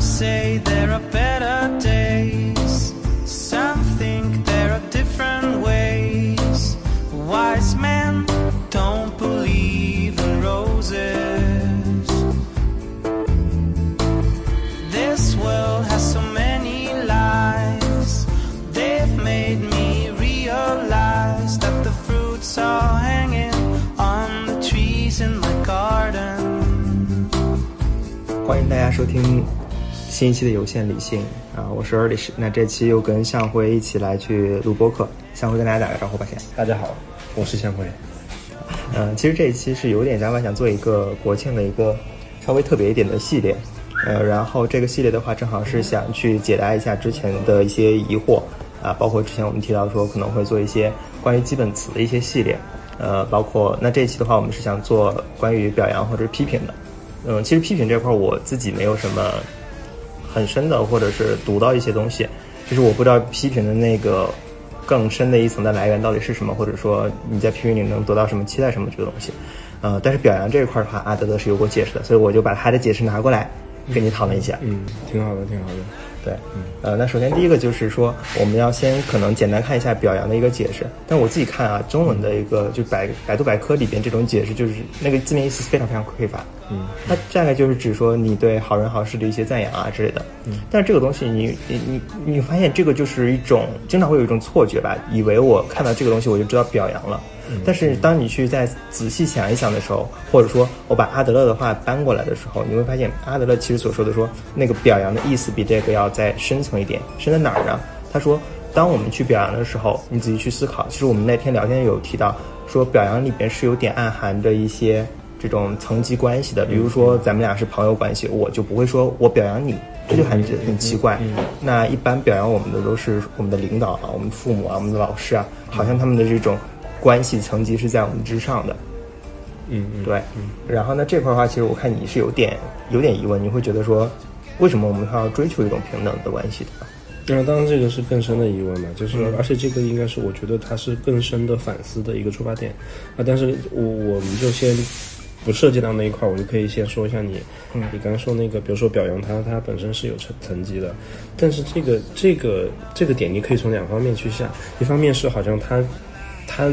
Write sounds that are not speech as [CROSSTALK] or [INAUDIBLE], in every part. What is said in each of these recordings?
say there are better days. Some think there are different ways. Wise men don't believe in roses. This world has so many lies. They've made me realize that the fruits are hanging on the trees in my garden. 欢迎大家收听新一期的有限理性啊、我是 Earlish。那这期又跟向辉一起来去录播客，向辉跟大家打个招呼吧，先。大家好，我是向辉。嗯、其实这一期是有点想法，想做一个国庆的一个稍微特别一点的系列。呃，然后这个系列的话，正好是想去解答一下之前的一些疑惑啊，包括之前我们提到说可能会做一些关于基本词的一些系列，呃，包括那这一期的话，我们是想做关于表扬或者是批评的。嗯，其实批评这块儿我自己没有什么很深的，或者是读到一些东西，就是我不知道批评的那个更深的一层的来源到底是什么，或者说你在批评里能得到什么、期待什么这个东西。呃，但是表扬这一块儿的话，阿德德是有过解释的，所以我就把他的解释拿过来跟你讨论一下。嗯，挺好的，挺好的。对，呃，那首先第一个就是说，我们要先可能简单看一下表扬的一个解释。但我自己看啊，中文的一个就百百度百科里边这种解释，就是那个字面意思非常非常匮乏。嗯，它大概就是指说你对好人好事的一些赞扬啊之类的。嗯，但是这个东西你，你你你你发现这个就是一种经常会有一种错觉吧，以为我看到这个东西我就知道表扬了。但是当你去再仔细想一想的时候，或者说我把阿德勒的话搬过来的时候，你会发现阿德勒其实所说的说那个表扬的意思比这个要再深层一点，深在哪儿呢？他说，当我们去表扬的时候，你仔细去思考，其实我们那天聊天有提到，说表扬里边是有点暗含着一些这种层级关系的，比如说咱们俩是朋友关系，我就不会说我表扬你。这就很很奇怪。那一般表扬我们的都是我们的领导啊、我们父母啊、我们的老师啊，好像他们的这种关系层级是在我们之上的。嗯嗯，对，然后呢这块儿的话，其实我看你是有点有点疑问，你会觉得说，为什么我们还要追求一种平等的关系，对吧？那当然这个是更深的疑问了，就是而且这个应该是我觉得它是更深的反思的一个出发点啊。但是我我们就先不涉及到那一块儿，我就可以先说一下你，嗯你刚刚说那个，比如说表扬他，他本身是有层层级的，但是这个这个这个点你可以从两方面去想，一方面是好像他他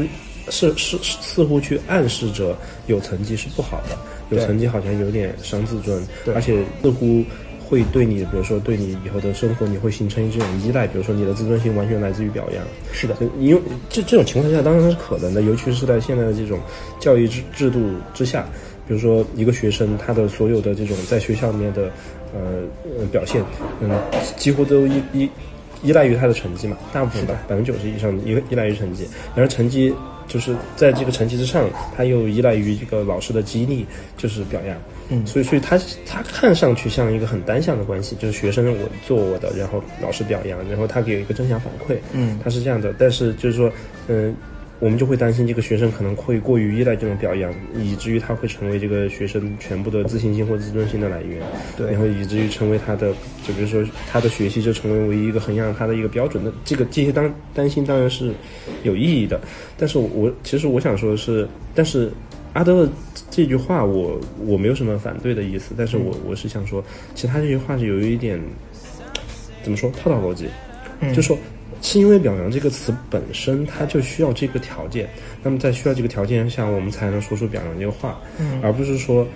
是是是似乎去暗示着有成绩是不好的，有对成绩好像有点伤自尊对，而且似乎会对你，比如说对你以后的生活，你会形成一种依赖，比如说你的自尊心完全来自于表扬。是的就因为这这种情况下当然是可能的，尤其是在现在的这种教育制制度之下，比如说一个学生他的所有的这种在学校里面的呃呃表现，嗯，几乎都依依依赖于他的成绩嘛，大部分吧，百分之九十以上依依赖于成绩，然后成绩就是在这个成绩之上，他又依赖于这个老师的激励，就是表扬。嗯，所以所以他他看上去像一个很单向的关系，就是学生我做我的，然后老师表扬，然后他给一个正向反馈，嗯他是这样的。但是就是说，嗯、我们就会担心这个学生可能会过于依赖这种表扬，以至于他会成为这个学生全部的自信心或自尊心的来源，对然后以至于成为他的，就比如说他的学习就成为唯一一个衡量他的一个标准的。这个这些当担心当然是有意义的，但是我我其实我想说的是，但是阿德勒这句话我我没有什么反对的意思，但是我我是想说，其实他这句话是有一点怎么说套套逻辑，就说是因为表扬这个词本身它就需要这个条件，那么在需要这个条件下，我们才能说出表扬这个话，而不是说，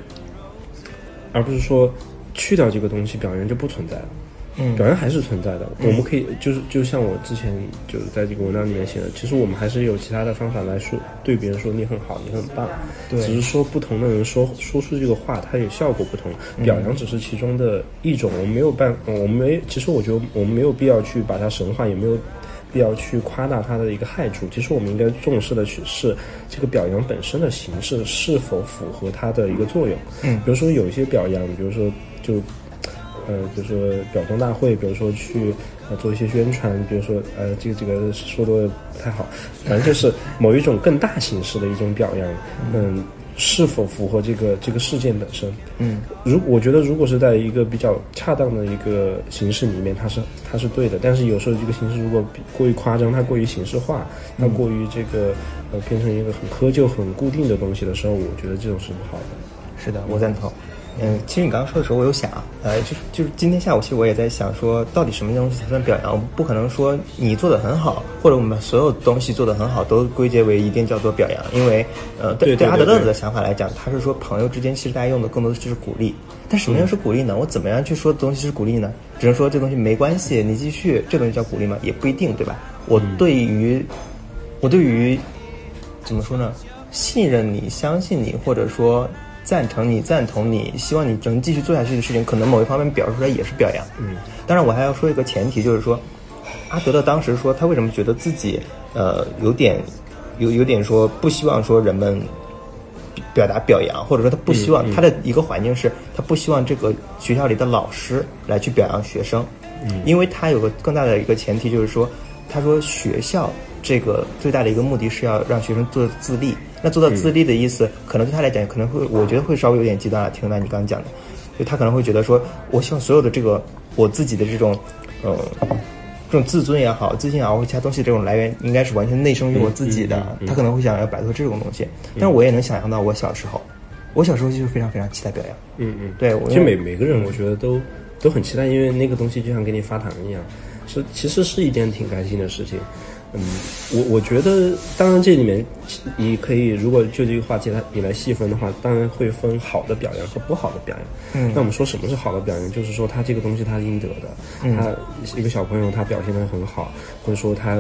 而不是说去掉这个东西，表扬就不存在了。嗯表扬还是存在的。我们可以就是就像我之前就是在这个文章里面写的，其实我们还是有其他的方法来说对别人说你很好，你很棒。对只是说不同的人说说出这个话，它有效果不同。嗯表扬只是其中的一种，我们没有办，我们没，其实我觉得我们没有必要去把它神化，也没有。必要去夸大它的一个害处，其实我们应该重视的是是这个表扬本身的形式是否符合它的一个作用。嗯比如说有一些表扬，比如说就呃，比如说表彰大会，比如说去呃做一些宣传，比如说呃，这个这个说的不太好，反正就是某一种更大形式的一种表扬，嗯，是否符合这个这个事件本身？嗯，如我觉得如果是在一个比较恰当的一个形式里面，它是它是对的，但是有时候这个形式如果比过于夸张，它过于形式化，它过于这个呃变成一个很窠臼、很固定的东西的时候，我觉得这种是不好的。是的，我赞同。嗯，其实你刚刚说的时候，我有想，呃，就是就是今天下午，其实我也在想说，到底什么东西才算表扬？我们不可能说你做的很好，或者我们所有东西做的很好都归结为一定叫做表扬，因为呃，对对对阿德对勒的想法来讲，他是说朋友之间其实大家用的更多的就是鼓励。但什么样是鼓励呢？我怎么样去说东西是鼓励呢？只能说这东西没关系，你继续，这东西叫鼓励吗？也不一定，对吧？我对于、我对于怎么说呢？信任你、相信你，或者说赞成你、赞同你，希望你能继续做下去的事情，可能某一方面表示出来也是表扬。嗯，当然我还要说一个前提，就是说，阿德勒当时说他为什么觉得自己呃有点有有点说不希望说人们表达表扬，或者说他不希望、他的一个环境是他不希望这个学校里的老师来去表扬学生，嗯，因为他有个更大的一个前提就是说，他说学校这个最大的一个目的是要让学生做自立。那做到自立的意思，可能对他来讲，可能会我觉得会稍微有点极端了。听到你刚刚讲的，就他可能会觉得说，我希望所有的这个我自己的这种，呃，这种自尊也好，自信也啊好，或其他东西这种来源，应该是完全内生于我自己嗯的。他可能会想要摆脱这种东西，但我也能想象到我小时候，我小时候就是非常非常期待表扬。嗯嗯，对我其实每每个人我觉得都都很期待，因为那个东西就像给你发糖一样，是其实是一件挺开心的事情。嗯，我我觉得，当然这里面你可以，如果就这个话题来你来细分的话，当然会分好的表扬和不好的表扬。嗯，那我们说什么是好的表扬？就是说他这个东西他是应得的，他一个小朋友他表现的很好，或者说他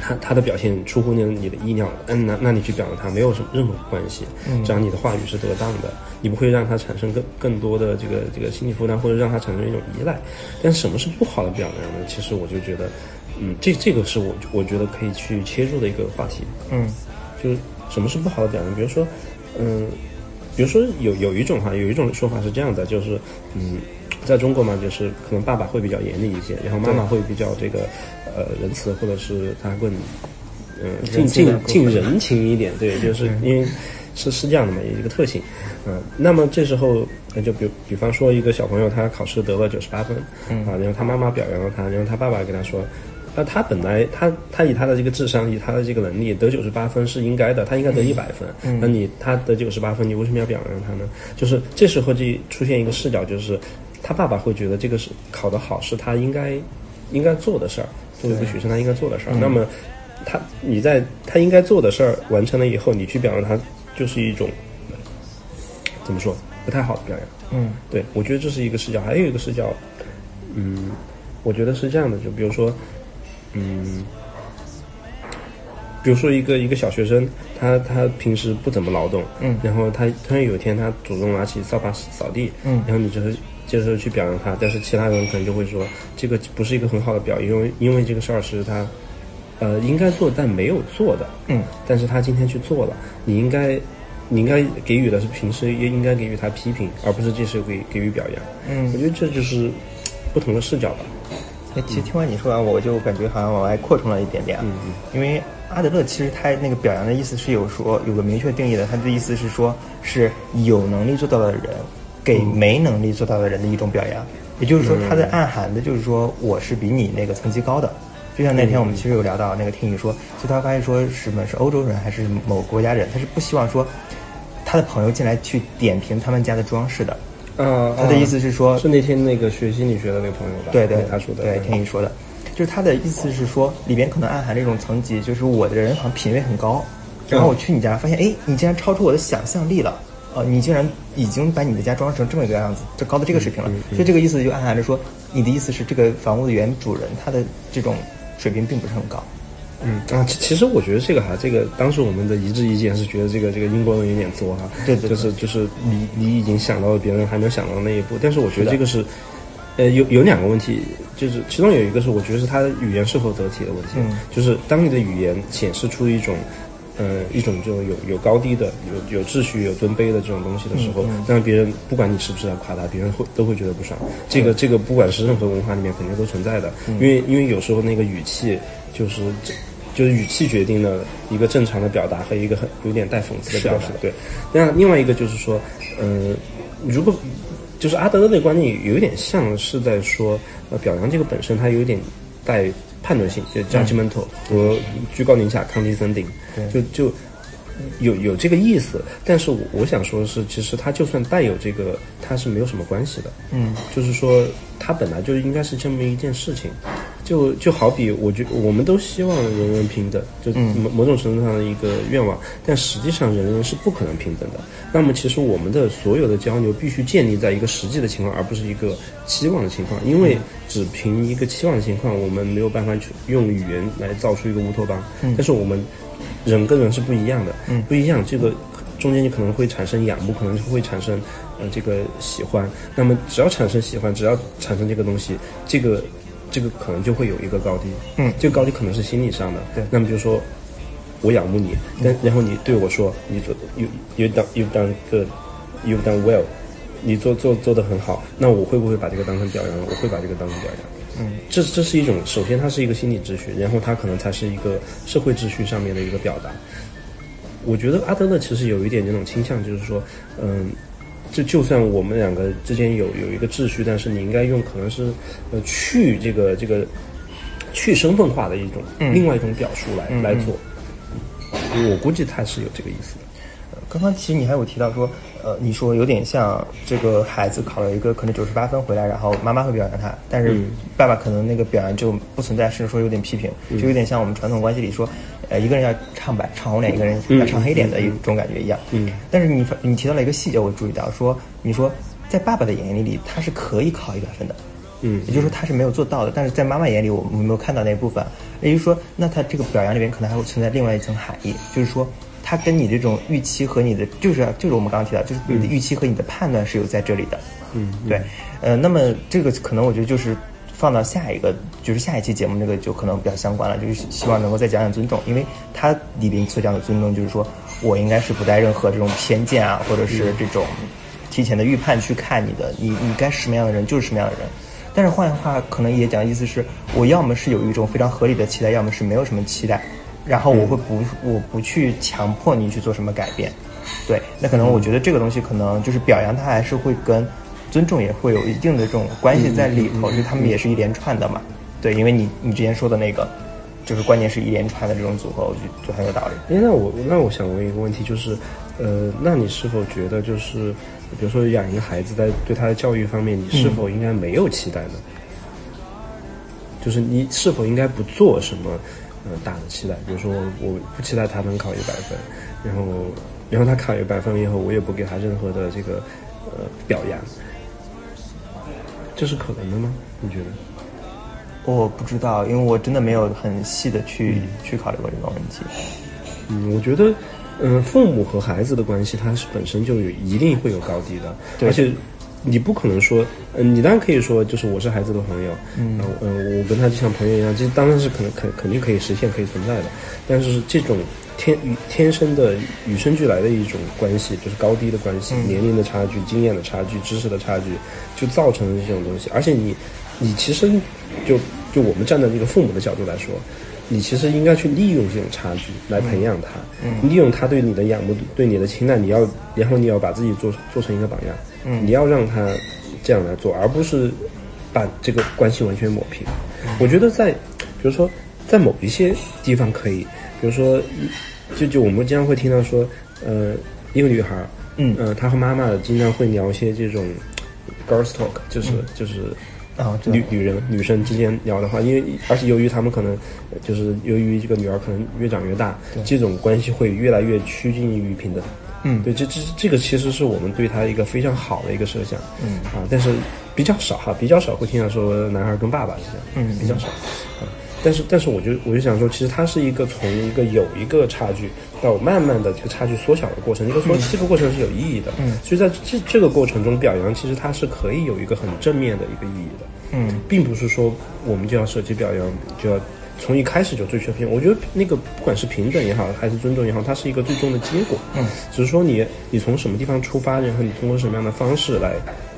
他他的表现出乎你你的意料，嗯，那那你去表扬他没有什么任何关系，只要你的话语是得当的，你不会让他产生更更多的这个这个心理负担，或者让他产生一种依赖。但什么是不好的表扬呢？其实我就觉得，嗯，这这个是我我觉得可以去切入的一个话题，嗯就是什么是不好的表扬？比如说，嗯，比如说有有一种哈，有一种说法是这样的，就是嗯，在中国嘛，就是可能爸爸会比较严厉一些，然后妈妈会比较这个呃仁慈，或者是她更呃人近性的近部分嗯近人情一点，对，就是因为是是这样的嘛，有一个特性，嗯、那么这时候那就比比方说一个小朋友他考试得了九十八分，嗯啊，然后他妈妈表扬了他，然后他爸爸跟他说。那他本来他他以他的这个智商，以他的这个能力得九十八分是应该的，他应该得一百分。那你他得九十八分，你为什么要表扬他呢？就是这时候就出现一个视角，就是他爸爸会觉得这个是考得好是他应该应该做的事儿，作为一个学生他应该做的事儿。那么他你在他应该做的事儿完成了以后，你去表扬他，就是一种怎么说不太好的表扬。嗯对，我觉得这是一个视角，还有一个视角，嗯，我觉得是这样的，就比如说，嗯，比如说一个一个小学生，他他平时不怎么劳动，嗯然后他突然有一天他主动拿起扫把扫地，嗯然后你就是就是去表扬他，但是其他人可能就会说这个不是一个很好的表扬，因为因为这个事儿是他。呃，应该做但没有做的，嗯，但是他今天去做了，你应该，你应该给予的是平时也应该给予他批评，而不是这时候给给予表扬。我嗯。觉得这就是不同的视角吧。哎其实听完你说完，我就感觉好像往外扩充了一点点。嗯嗯因为阿德勒其实他那个表扬的意思是有说有个明确定义的，他的意思是说是有能力做到的人给没能力做到的人的一种表扬，也就是说他在暗含的就是说我是比你那个层级高的。就像那天我们其实有聊到那个听雨说，就他发现说什么是欧洲人还是某国家人，他是不希望说他的朋友进来去点评他们家的装饰的，啊，他的意思是说是那天那个学心理学的那个朋友吧？对对，他说的。对嗯天宇说的，就是他的意思是说，里边可能暗含这种层级，就是我的人好像品味很高，嗯然后我去你家发现，哎，你竟然超出我的想象力了。呃，你竟然已经把你的家装饰成这么一个样子，这高到这个水平了，嗯所以这个意思就暗含着说，你的意思是这个房屋的原主人他的这种水平并不是很高。嗯啊，其其实我觉得这个哈，这个当时我们的一致意见是觉得这个这个英国人有点作哈，对对对就是就是你你已经想到了别人还没有想到的那一步，但是我觉得这个是，呃，有有两个问题，就是其中有一个是我觉得是他的语言是否得体的问题，嗯就是当你的语言显示出一种。呃，一种就有有高低的，有有秩序、有尊卑的这种东西的时候，让别人不管你是不是在夸他，别人会都会觉得不爽。这个这个，不管是任何文化里面肯定都存在的，因为因为有时候那个语气就是这就是语气决定了一个正常的表达和一个很有点带讽刺的表达。对，那另外一个就是说，呃，如果就是阿德勒的观念有一点像是在说，呃，表扬这个本身它有一点带判断性，就 judgmental 和居高临下 condescending，就就有有这个意思，但是我我想说的是，其实它就算带有这个，它是没有什么关系的。嗯，就是说，它本来就应该是这么一件事情，就就好比我觉我们都希望人人平等，就嗯某某种程度上的一个愿望，但实际上人人是不可能平等的。那么其实我们的所有的交流必须建立在一个实际的情况，而不是一个期望的情况，因为只凭一个期望的情况，我们没有办法去用语言来造出一个乌托邦。嗯但是我们人跟人是不一样的，嗯不一样，这个中间就可能会产生仰慕，可能会产生呃这个喜欢。那么只要产生喜欢，只要产生这个东西，这个这个可能就会有一个高低，嗯这个高低可能是心理上的，对那么就说。我仰慕你，但然后你对我说，你做 you you done you done good, you done well，你做做做得很好，那我会不会把这个当成表扬？我会把这个当成表扬。嗯这这是一种，首先它是一个心理秩序，然后它可能才是一个社会秩序上面的一个表达。我觉得阿德勒其实有一点这种倾向，就是说，嗯，就就算我们两个之间有有一个秩序，但是你应该用可能是呃去这个这个去身份化的一种、嗯另外一种表述来、嗯来做。我估计他是有这个意思的。刚刚其实你还有提到说，呃，你说有点像这个孩子考了一个可能九十八分回来，然后妈妈会表扬他，但是嗯爸爸可能那个表扬就不存在，甚至说有点批评，嗯就有点像我们传统关系里说，呃，一个人要唱白唱红脸，一个人要唱黑脸的一种感觉一样。嗯但是你发你提到了一个细节，我注意到说，你说在爸爸的眼睛里，他是可以考一百分的，嗯也就是说他是没有做到的，但是在妈妈眼里，我们没有看到那部分。也就是说，那他这个表扬里面可能还会存在另外一层含义，就是说，他跟你这种预期和你的，就是就是我们刚刚提到，就是你的预期和你的判断是有在这里的。嗯嗯对，呃，那么这个可能我觉得就是放到下一个，就是下一期节目那个就可能比较相关了，就是希望能够再讲讲尊重，因为它里边所讲的尊重就是说我应该是不带任何这种偏见啊，或者是嗯这种提前的预判去看你的，你你该什么样的人就是什么样的人。但是换句话，可能也讲的意思是，我要么是有一种非常合理的期待，要么是没有什么期待，然后我会不我不去强迫你去做什么改变。对，那可能我觉得这个东西可能就是表扬，它还是会跟尊重也会有一定的这种关系在里头，就他们也是一连串的嘛。对，因为你你之前说的那个，就是关键是一连串的这种组合，我觉得就很有道理。哎，那我那我想问一个问题，就是，呃，那你是否觉得就是，比如说养一个孩子在对他的教育方面，你是否应该没有期待呢？就是你是否应该不做什么，呃，大的期待？比如说我我不期待他能考一百分，然后然后他考一百分以后，我也不给他任何的这个呃表扬，这是可能的吗？你觉得？我不知道，因为我真的没有很细的去、去考虑过这个问题。嗯，我觉得，嗯、父母和孩子的关系，它是本身就有一定会有高低的，对而且你不可能说，嗯、你当然可以说，就是我是孩子的朋友，嗯，嗯、我跟他就像朋友一样，这当然是可能肯肯定可以实现、可以存在的，但是这种天与天生的、与生俱来的一种关系，就是高低的关系，年龄的差距、经验的差距、知识的差距，就造成了这种东西，而且你，你其实就就我们站在这个父母的角度来说。你其实应该去利用这种差距来培养他，利用他对你的仰慕、对你的青睐，你要，然后你要把自己做做成一个榜样，你要让他这样来做，而不是把这个关系完全抹平。我觉得在，比如说在某一些地方可以，比如说，就就我们经常会听到说，呃，一个女孩，嗯呃，她和妈妈经常会聊一些这种 girls talk，就是、就是啊，对女女人女生之间聊的话，因为而且由于他们可能呃就是由于这个女儿可能越长越大，这种关系会越来越趋近于平等。嗯对，这这这个其实是我们对她一个非常好的一个设想。嗯啊，但是比较少哈，比较少会听到说男孩跟爸爸是这样，嗯比较少。啊，但是但是我就我就想说，其实它是一个从一个有一个差距到慢慢的这个差距缩小的过程，这个缩、这个过程是有意义的。嗯，所以在这这个过程中，表扬其实它是可以有一个很正面的一个意义的。嗯，并不是说我们就要设计表扬，就要从一开始就追求平等。我觉得那个不管是平等也好，还是尊重也好，它是一个最终的结果。嗯，只是说你你从什么地方出发，然后你通过什么样的方式来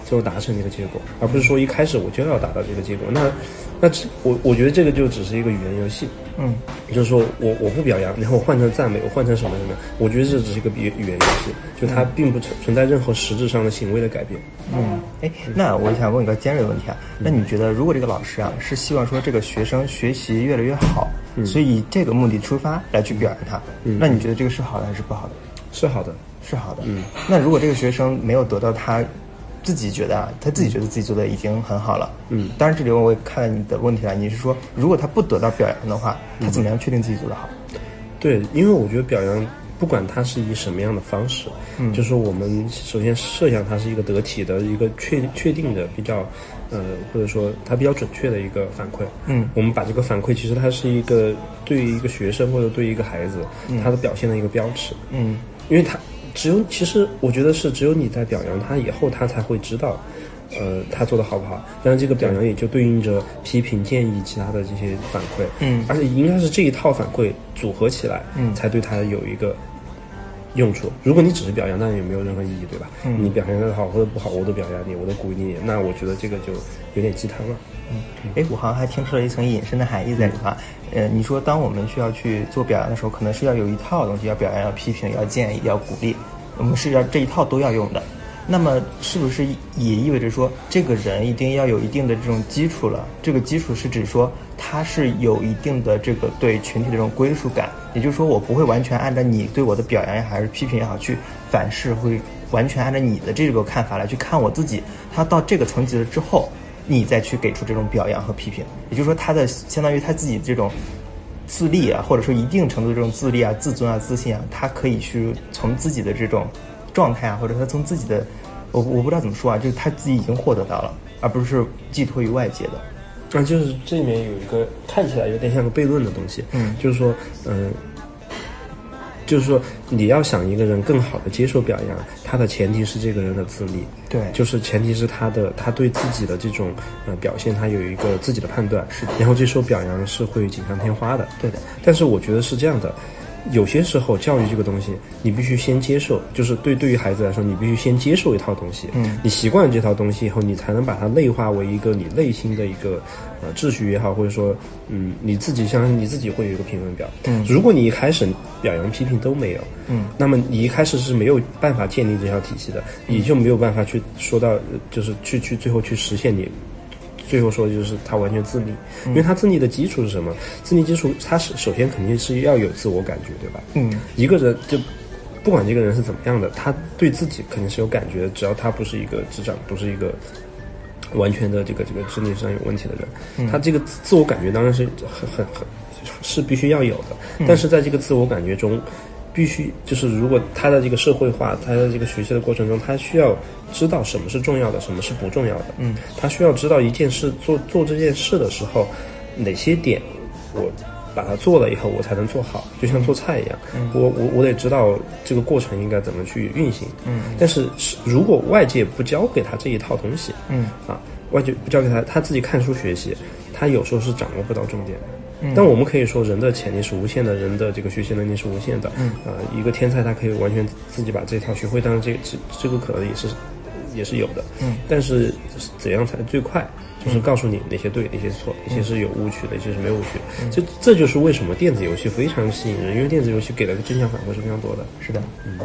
最后达成这个结果，而不是说一开始我就要达到这个结果。那那这我我觉得这个就只是一个语言游戏，嗯，也就是说我我不表扬，然后我换成赞美，我换成什么什么，我觉得这只是一个语语言游戏，就它并不存存在任何实质上的行为的改变。嗯，哎，那我想问一个尖锐的问题啊，那你觉得如果这个老师啊是希望说这个学生学习越来越好，所以以这个目的出发来去表扬他，那你觉得这个是好的还是不好的？是好的，是好的。嗯，那如果这个学生没有得到他自己觉得啊，他自己觉得自己做的已经很好了。嗯，当然这里我也看了你的问题了，啊你是说如果他不得到表扬的话，他怎么样确定自己做的好？对，因为我觉得表扬，不管它是以什么样的方式，嗯，就是我们首先设想它是一个得体的一个确确定的比较，呃，或者说它比较准确的一个反馈，嗯，我们把这个反馈其实它是一个对于一个学生或者对于一个孩子他的表现的一个标尺，嗯因为他只有其实我觉得是只有你在表扬他以后，他才会知道，呃，他做的好不好。但是这个表扬也就对应着批评、建议其他的这些反馈，嗯而且应该是这一套反馈组合起来，嗯才对他有一个。用处，如果你只是表扬，那也没有任何意义，对吧？嗯你表扬的好或者不好，我都表扬你，我都鼓励你，那我觉得这个就有点鸡汤了。哎，我好像还听出了一层隐身的含义在里头啊。呃，你说当我们需要去做表扬的时候，可能是要有一套东西，要表扬、要批评、要建议、要鼓励，我们是要这一套都要用的。那么，是不是也意味着说，这个人一定要有一定的这种基础了？这个基础是指说，他是有一定的这个对群体的这种归属感，也就是说，我不会完全按照你对我的表扬也好，还是批评也好去反噬，会完全按照你的这个看法来去看我自己。他到这个层级了之后，你再去给出这种表扬和批评。也就是说，他的相当于他自己这种自立啊，或者说一定程度的这种自立啊、自尊啊、自信啊，他可以去从自己的这种状态啊，或者他从自己的，我我不知道怎么说啊，就是他自己已经获得到了，而不是寄托于外界的。啊，就是这里面有一个看起来有点像个悖论的东西，嗯就是说，嗯、就是说你要想一个人更好的接受表扬，他的前提是这个人的自立，对就是前提是他的他对自己的这种呃表现，他有一个自己的判断，是的，然后接受表扬是会锦上添花的，对的，但是我觉得是这样的，有些时候教育这个东西，你必须先接受，就是对对于孩子来说，你必须先接受一套东西。嗯你习惯了这套东西以后，你才能把它内化为一个你内心的一个呃秩序也好，或者说嗯你自己相信你自己会有一个评分表。嗯如果你一开始表扬批评都没有，嗯那么你一开始是没有办法建立这套体系的，你就没有办法去说到，呃就是去去最后去实现你。最后说的就是他完全自立，嗯因为他自立的基础是什么？自立基础，他是首先肯定是要有自我感觉，对吧？嗯，一个人就不管这个人是怎么样的，他对自己肯定是有感觉，只要他不是一个智障，不是一个完全的这个这个智力上有问题的人，他这个自自我感觉当然是很很很是必须要有的，但是在这个自我感觉中。必须就是，如果他在这个社会化，他在这个学习的过程中，他需要知道什么是重要的，什么是不重要的。嗯，他需要知道一件事做做这件事的时候，哪些点我把它做了以后，我才能做好，就像做菜一样，我我我得知道这个过程应该怎么去运行。嗯，但是是如果外界不教给他这一套东西，嗯啊，外界不教给他，他自己看书学习，他有时候是掌握不到重点的。但我们可以说，人的潜力是无限的，人的这个学习能力是无限的。嗯，呃，一个天才他可以完全自己把这套学会，当然这这这个可能也是也是有的。嗯，但是怎样才最快？就是告诉你哪些对，哪些错，哪些是有误区的，哪些是没有误区的。这这就是为什么电子游戏非常吸引人，因为电子游戏给的正向反馈是非常多的。是的，嗯，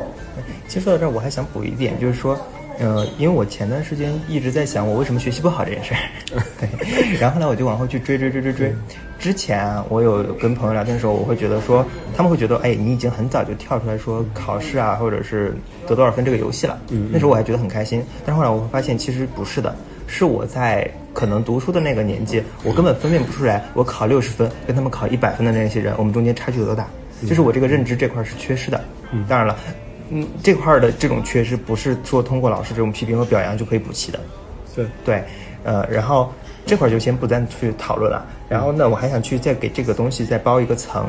其实说到这儿，我还想补一点，就是说，呃，因为我前段时间一直在想我为什么学习不好这件事儿， [LAUGHS] 对，然后呢，我就往后去追追追追追。之前啊，我有跟朋友聊天的时候，我会觉得说，他们会觉得，哎，你已经很早就跳出来说考试啊，或者是得多少分这个游戏了，嗯，那时候我还觉得很开心，但是后来我会发现其实不是的，是我在可能读书的那个年纪，我根本分辨不出来，我考六十分跟他们考一百分的那些人，我们中间差距有多大。就是我这个认知这块是缺失的。嗯，当然了，嗯，这块的这种缺失不是说通过老师这种批评和表扬就可以补齐的。对，对，呃，然后这块儿就先不单去讨论了。然后呢，我还想去再给这个东西再包一个层，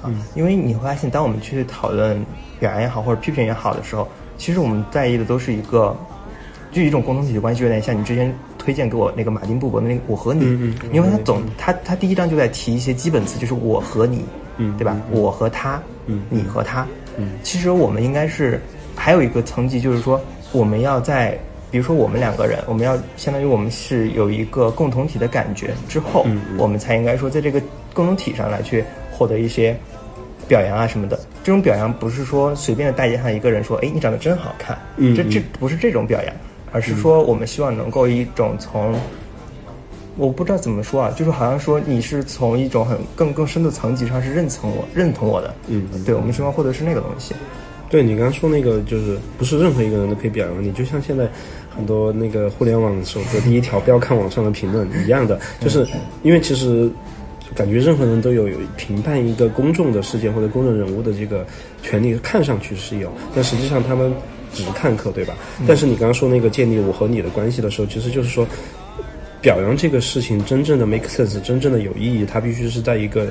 啊，因为你会发现，当我们去讨论表扬也好，或者批评也好的时候，其实我们在意的都是一个，就一种共同体的关系，有点像你之前推荐给我那个马丁布伯的那嗯个“我和你”，因为他总他他第一章就在提一些基本词，就是我和你，嗯对吧？我和他，嗯你和他，嗯，其实我们应该是还有一个层级，就是说我们要在比如说我们两个人，我们要相当于我们是有一个共同体的感觉之后，嗯我们才应该说在这个共同体上来去获得一些表扬啊什么的。这种表扬不是说随便的大街上一个人说，哎，你长得真好看，嗯这这嗯不是这种表扬，而是说我们希望能够一种从。我不知道怎么说啊，就是好像说你是从一种很更更深的层级上是认同我、认同我的，嗯嗯对，我们希望获得是那个东西，对你刚刚说那个，就是不是任何一个人都可以表扬你，就像现在很多那个互联网首歌第一条不要看网上的评论一样的，就是因为其实感觉任何人都有有评判一个公众的事件或者公众人物的这个权利，看上去是有，但实际上他们只是看客，对吧？但是你刚刚说那个建立我和你的关系的时候，其实就是说表扬这个事情真正的 make sense，真正的有意义，它必须是在一个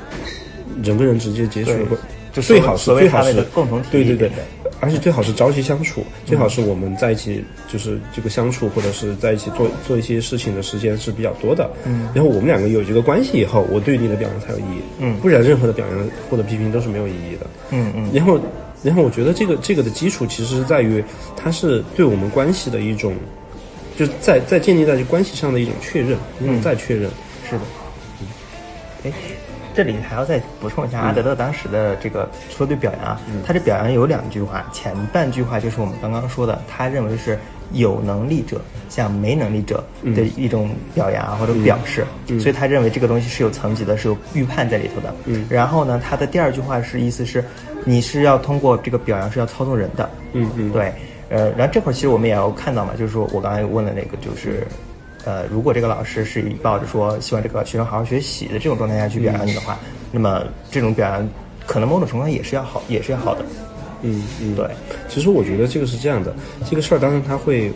人跟人直接接触的对过，就所最谓好是所谓最好他们是的嗯共同体对对对对对，而且最好是朝夕相处，最好是我们在一起就是这个相处，或者是在一起做做一些事情的时间是比较多的。嗯，然后我们两个有这个关系以后，我对你的表扬才有意义。嗯不然任何的表扬或者批评都是没有意义的。嗯嗯。然后，然后我觉得这个这个的基础其实是在于，它是对我们关系的一种，就是在在建立在这关系上的一种确认，嗯一种再确认。是的。哎，这里还要再补充一嗯下阿德勒当时的这个说对表扬啊，他这表扬有两句话，前半句话就是我们刚刚说的，他认为是有能力者向没能力者嗯的一种表扬啊或者表示，所以他认为这个东西是有层级的，是有预判在里头的。嗯，然后呢，他的第二句话是意思是你是要通过这个表扬是要操纵人的。嗯嗯对。呃，然后这块儿其实我们也有看到嘛，就是说我刚才问的那个，就是呃，如果这个老师是以抱着说希望这个学生好好学习的这种状态下去表扬你的话，那么这种表扬可能某种程度上也是要好，也是要好的。嗯嗯，对，其实我觉得这个是这样的，这个事儿当然他会，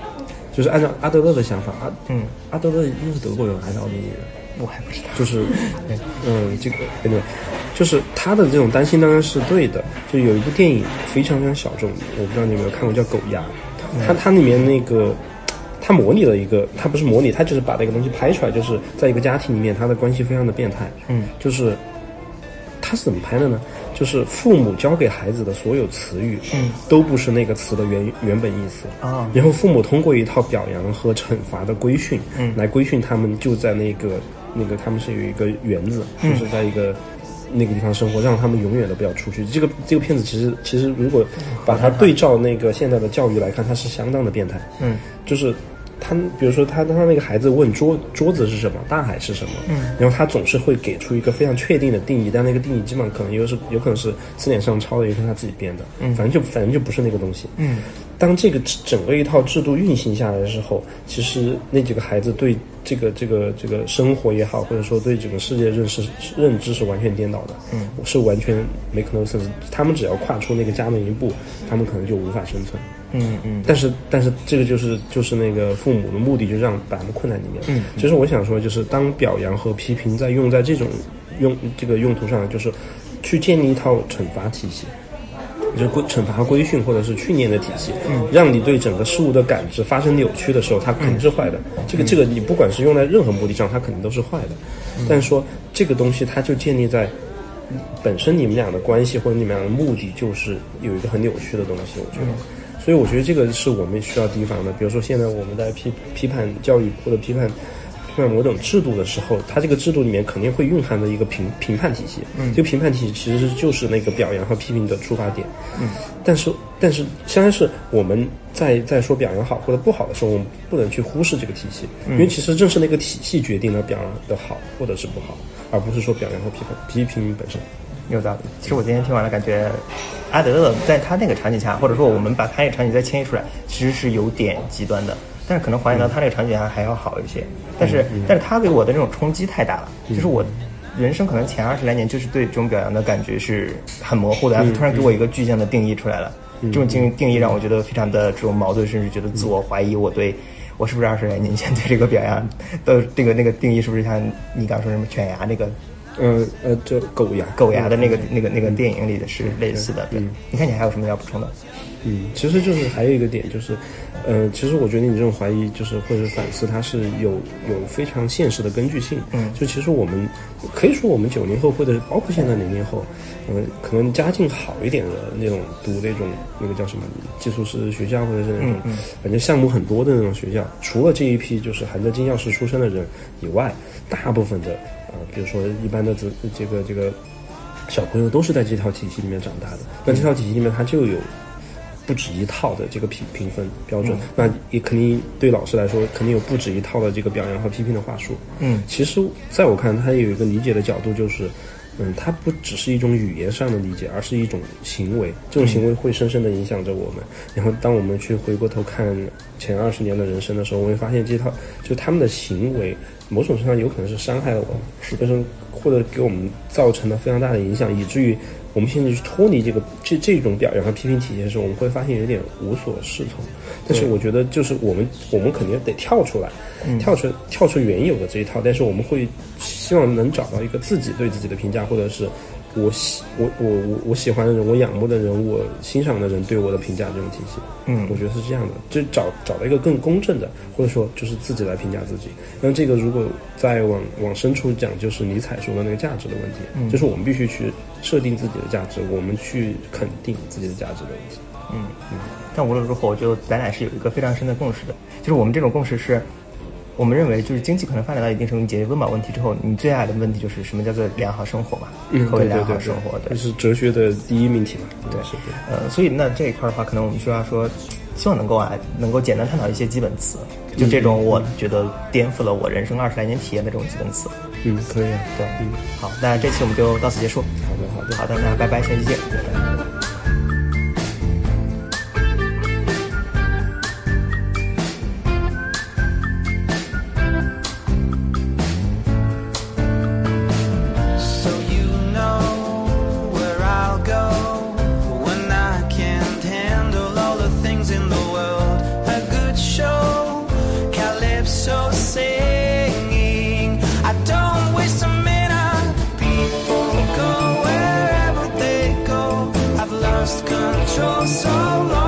就是按照阿德勒的想法，阿嗯阿德勒应该是德国人还是奥地利人？ [LAUGHS] 我还不知道。就是，嗯，这个哎对，就是他的这种担心当然是对的。就有一部电影非常非常小众，我不知道你有没有看过，叫《狗牙》，嗯它它里面那个。他模拟了一个，他不是模拟，他就是把那个东西拍出来，就是在一个家庭里面，他的关系非常的变态。嗯，就是他是怎么拍的呢？就是父母教给孩子的所有词语，嗯，都不是那个词的原原本意思啊然后父母通过一套表扬和惩罚的规训，嗯来规训他们就在那个那个他们是有一个园子，嗯就是在一个。那个地方生活，让他们永远都不要出去。这个这个片子其实其实，如果把它对照那个现在的教育来看，它是相当的变态。嗯，就是他，比如说他他那个孩子问桌桌子是什么，大海是什么，嗯，然后他总是会给出一个非常确定的定义，但那个定义基本上可能又是有可能是字典上抄的，有可能他自己编的，嗯反正就反正就不是那个东西，嗯，当这个整个一套制度运行下来之后，其实那几个孩子对这个这个这个生活也好，或者说对整个世界认识认知是完全颠倒的，嗯，是完全 make no sense。他们只要跨出那个家门一步，他们可能就无法生存。嗯嗯但是但是这个就是就是那个父母的目的，就让把他们困在里面。嗯，其实我想说，就是当表扬和批评在用在这种用这个用途上，就是去建立一套惩罚体系。就是规惩罚规训或者是训练的体系，嗯让你对整个事物的感知发生扭曲的时候，它肯定是坏的。嗯这个这个你不管是用在任何目的上，它肯定都是坏的。嗯但是说这个东西，它就建立在本身你们俩的关系或者你们俩的目的就是有一个很扭曲的东西，我觉得。所以我觉得这个是我们需要提防的。比如说现在我们在批批判教育或者批判批判某种制度的时候，它这个制度里面肯定会蕴含着一个评评判体系。嗯，这个评判体系其实就是那个表扬和批评的出发点。嗯，但是但是相当于是我们在在说表扬好或者不好的时候，我们不能去忽视这个体系，因为其实正是那个体系决定了表扬的好或者是不好，而不是说表扬和批判批评本身。有道理。其实我今天听完了，感觉阿德勒在他那个场景下，或者说我们把他那个场景再迁移出来，其实是有点极端的。但是可能还原到他那个场景下还要好一些。但是，但是他给我的这种冲击太大了，就是我人生可能前二十来年就是对这种表扬的感觉是很模糊的，然后突然给我一个具象的定义出来了。这种定定义让我觉得非常的这种矛盾，甚至觉得自我怀疑，我对。我是不是二十来年前对这个表扬的这个那个定义，是不是像你刚说什么犬牙那个嗯呃，这狗牙，狗牙的那个、嗯那个、那个电影里的是类似的。对，你看你还有什么要补充的？嗯，其实就是还有一个点就是，呃，其实我觉得你这种怀疑就是或者反思，它是有有非常现实的根据性。嗯就其实我们可以说我们九零后或者包括现在零零后，嗯、可能家境好一点的那种读那种那个叫什么技术师学校或者是那种嗯嗯反正项目很多的那种学校，除了这一批就是含着金钥匙出生的人以外，大部分的呃，比如说一般的这这个这个小朋友都是在这套体系里面长大的。那这套体系里面，它就有不止一套的这个评评分标准，那也肯定对老师来说，肯定有不止一套的这个表扬和批评的话术。嗯其实在我看，它也有一个理解的角度，就是，嗯，它不只是一种语言上的理解，而是一种行为。这种行为会深深的影响着我们。然后，当我们去回过头看前二十年的人生的时候，我会发现这套就他们的行为，某种程度上有可能是伤害了我们，是就是或者给我们造成了非常大的影响，以至于我们现在去脱离这个这这种表扬和批评体系的时候，我们会发现有点无所适从。但是我觉得，就是我们我们肯定得跳出来，跳出跳出原有的这一套，但是我们会希望能找到一个自己对自己的评价，或者是我喜我我我我喜欢的人，我仰慕的人，我欣赏的人对我的评价这种体系。嗯我觉得是这样的，就找找到一个更公正的，或者说就是自己来评价自己。那这个如果再往往深处讲，就是尼采说的那个价值的问题，嗯就是我们必须去设定自己的价值，我们去肯定自己的价值的问题。嗯嗯。但无论如何，我觉得咱俩是有一个非常深的共识的，就是我们这种共识是。我们认为，就是经济可能发展到一定程度，解决温饱问题之后，你最大的问题就是什么叫做良好生活嘛？何为嗯对对良对好，啊生活？对这，是哲学的第一命题嘛？应该对是对。呃，所以那这一块的话，可能我们需要说，希望能够啊，能够简单探讨一些基本词，就这嗯种我觉得颠覆了我人生二十来年体验的这种基本词。嗯，可以啊。对，好，那这期我们就到此结束。好的，好的。好的，那拜拜，下期见。 So you know where I'll go when I can't handle all the things in the world. A good show, calypso singing. I don't waste a minute. People go wherever they go. I've lost control so long.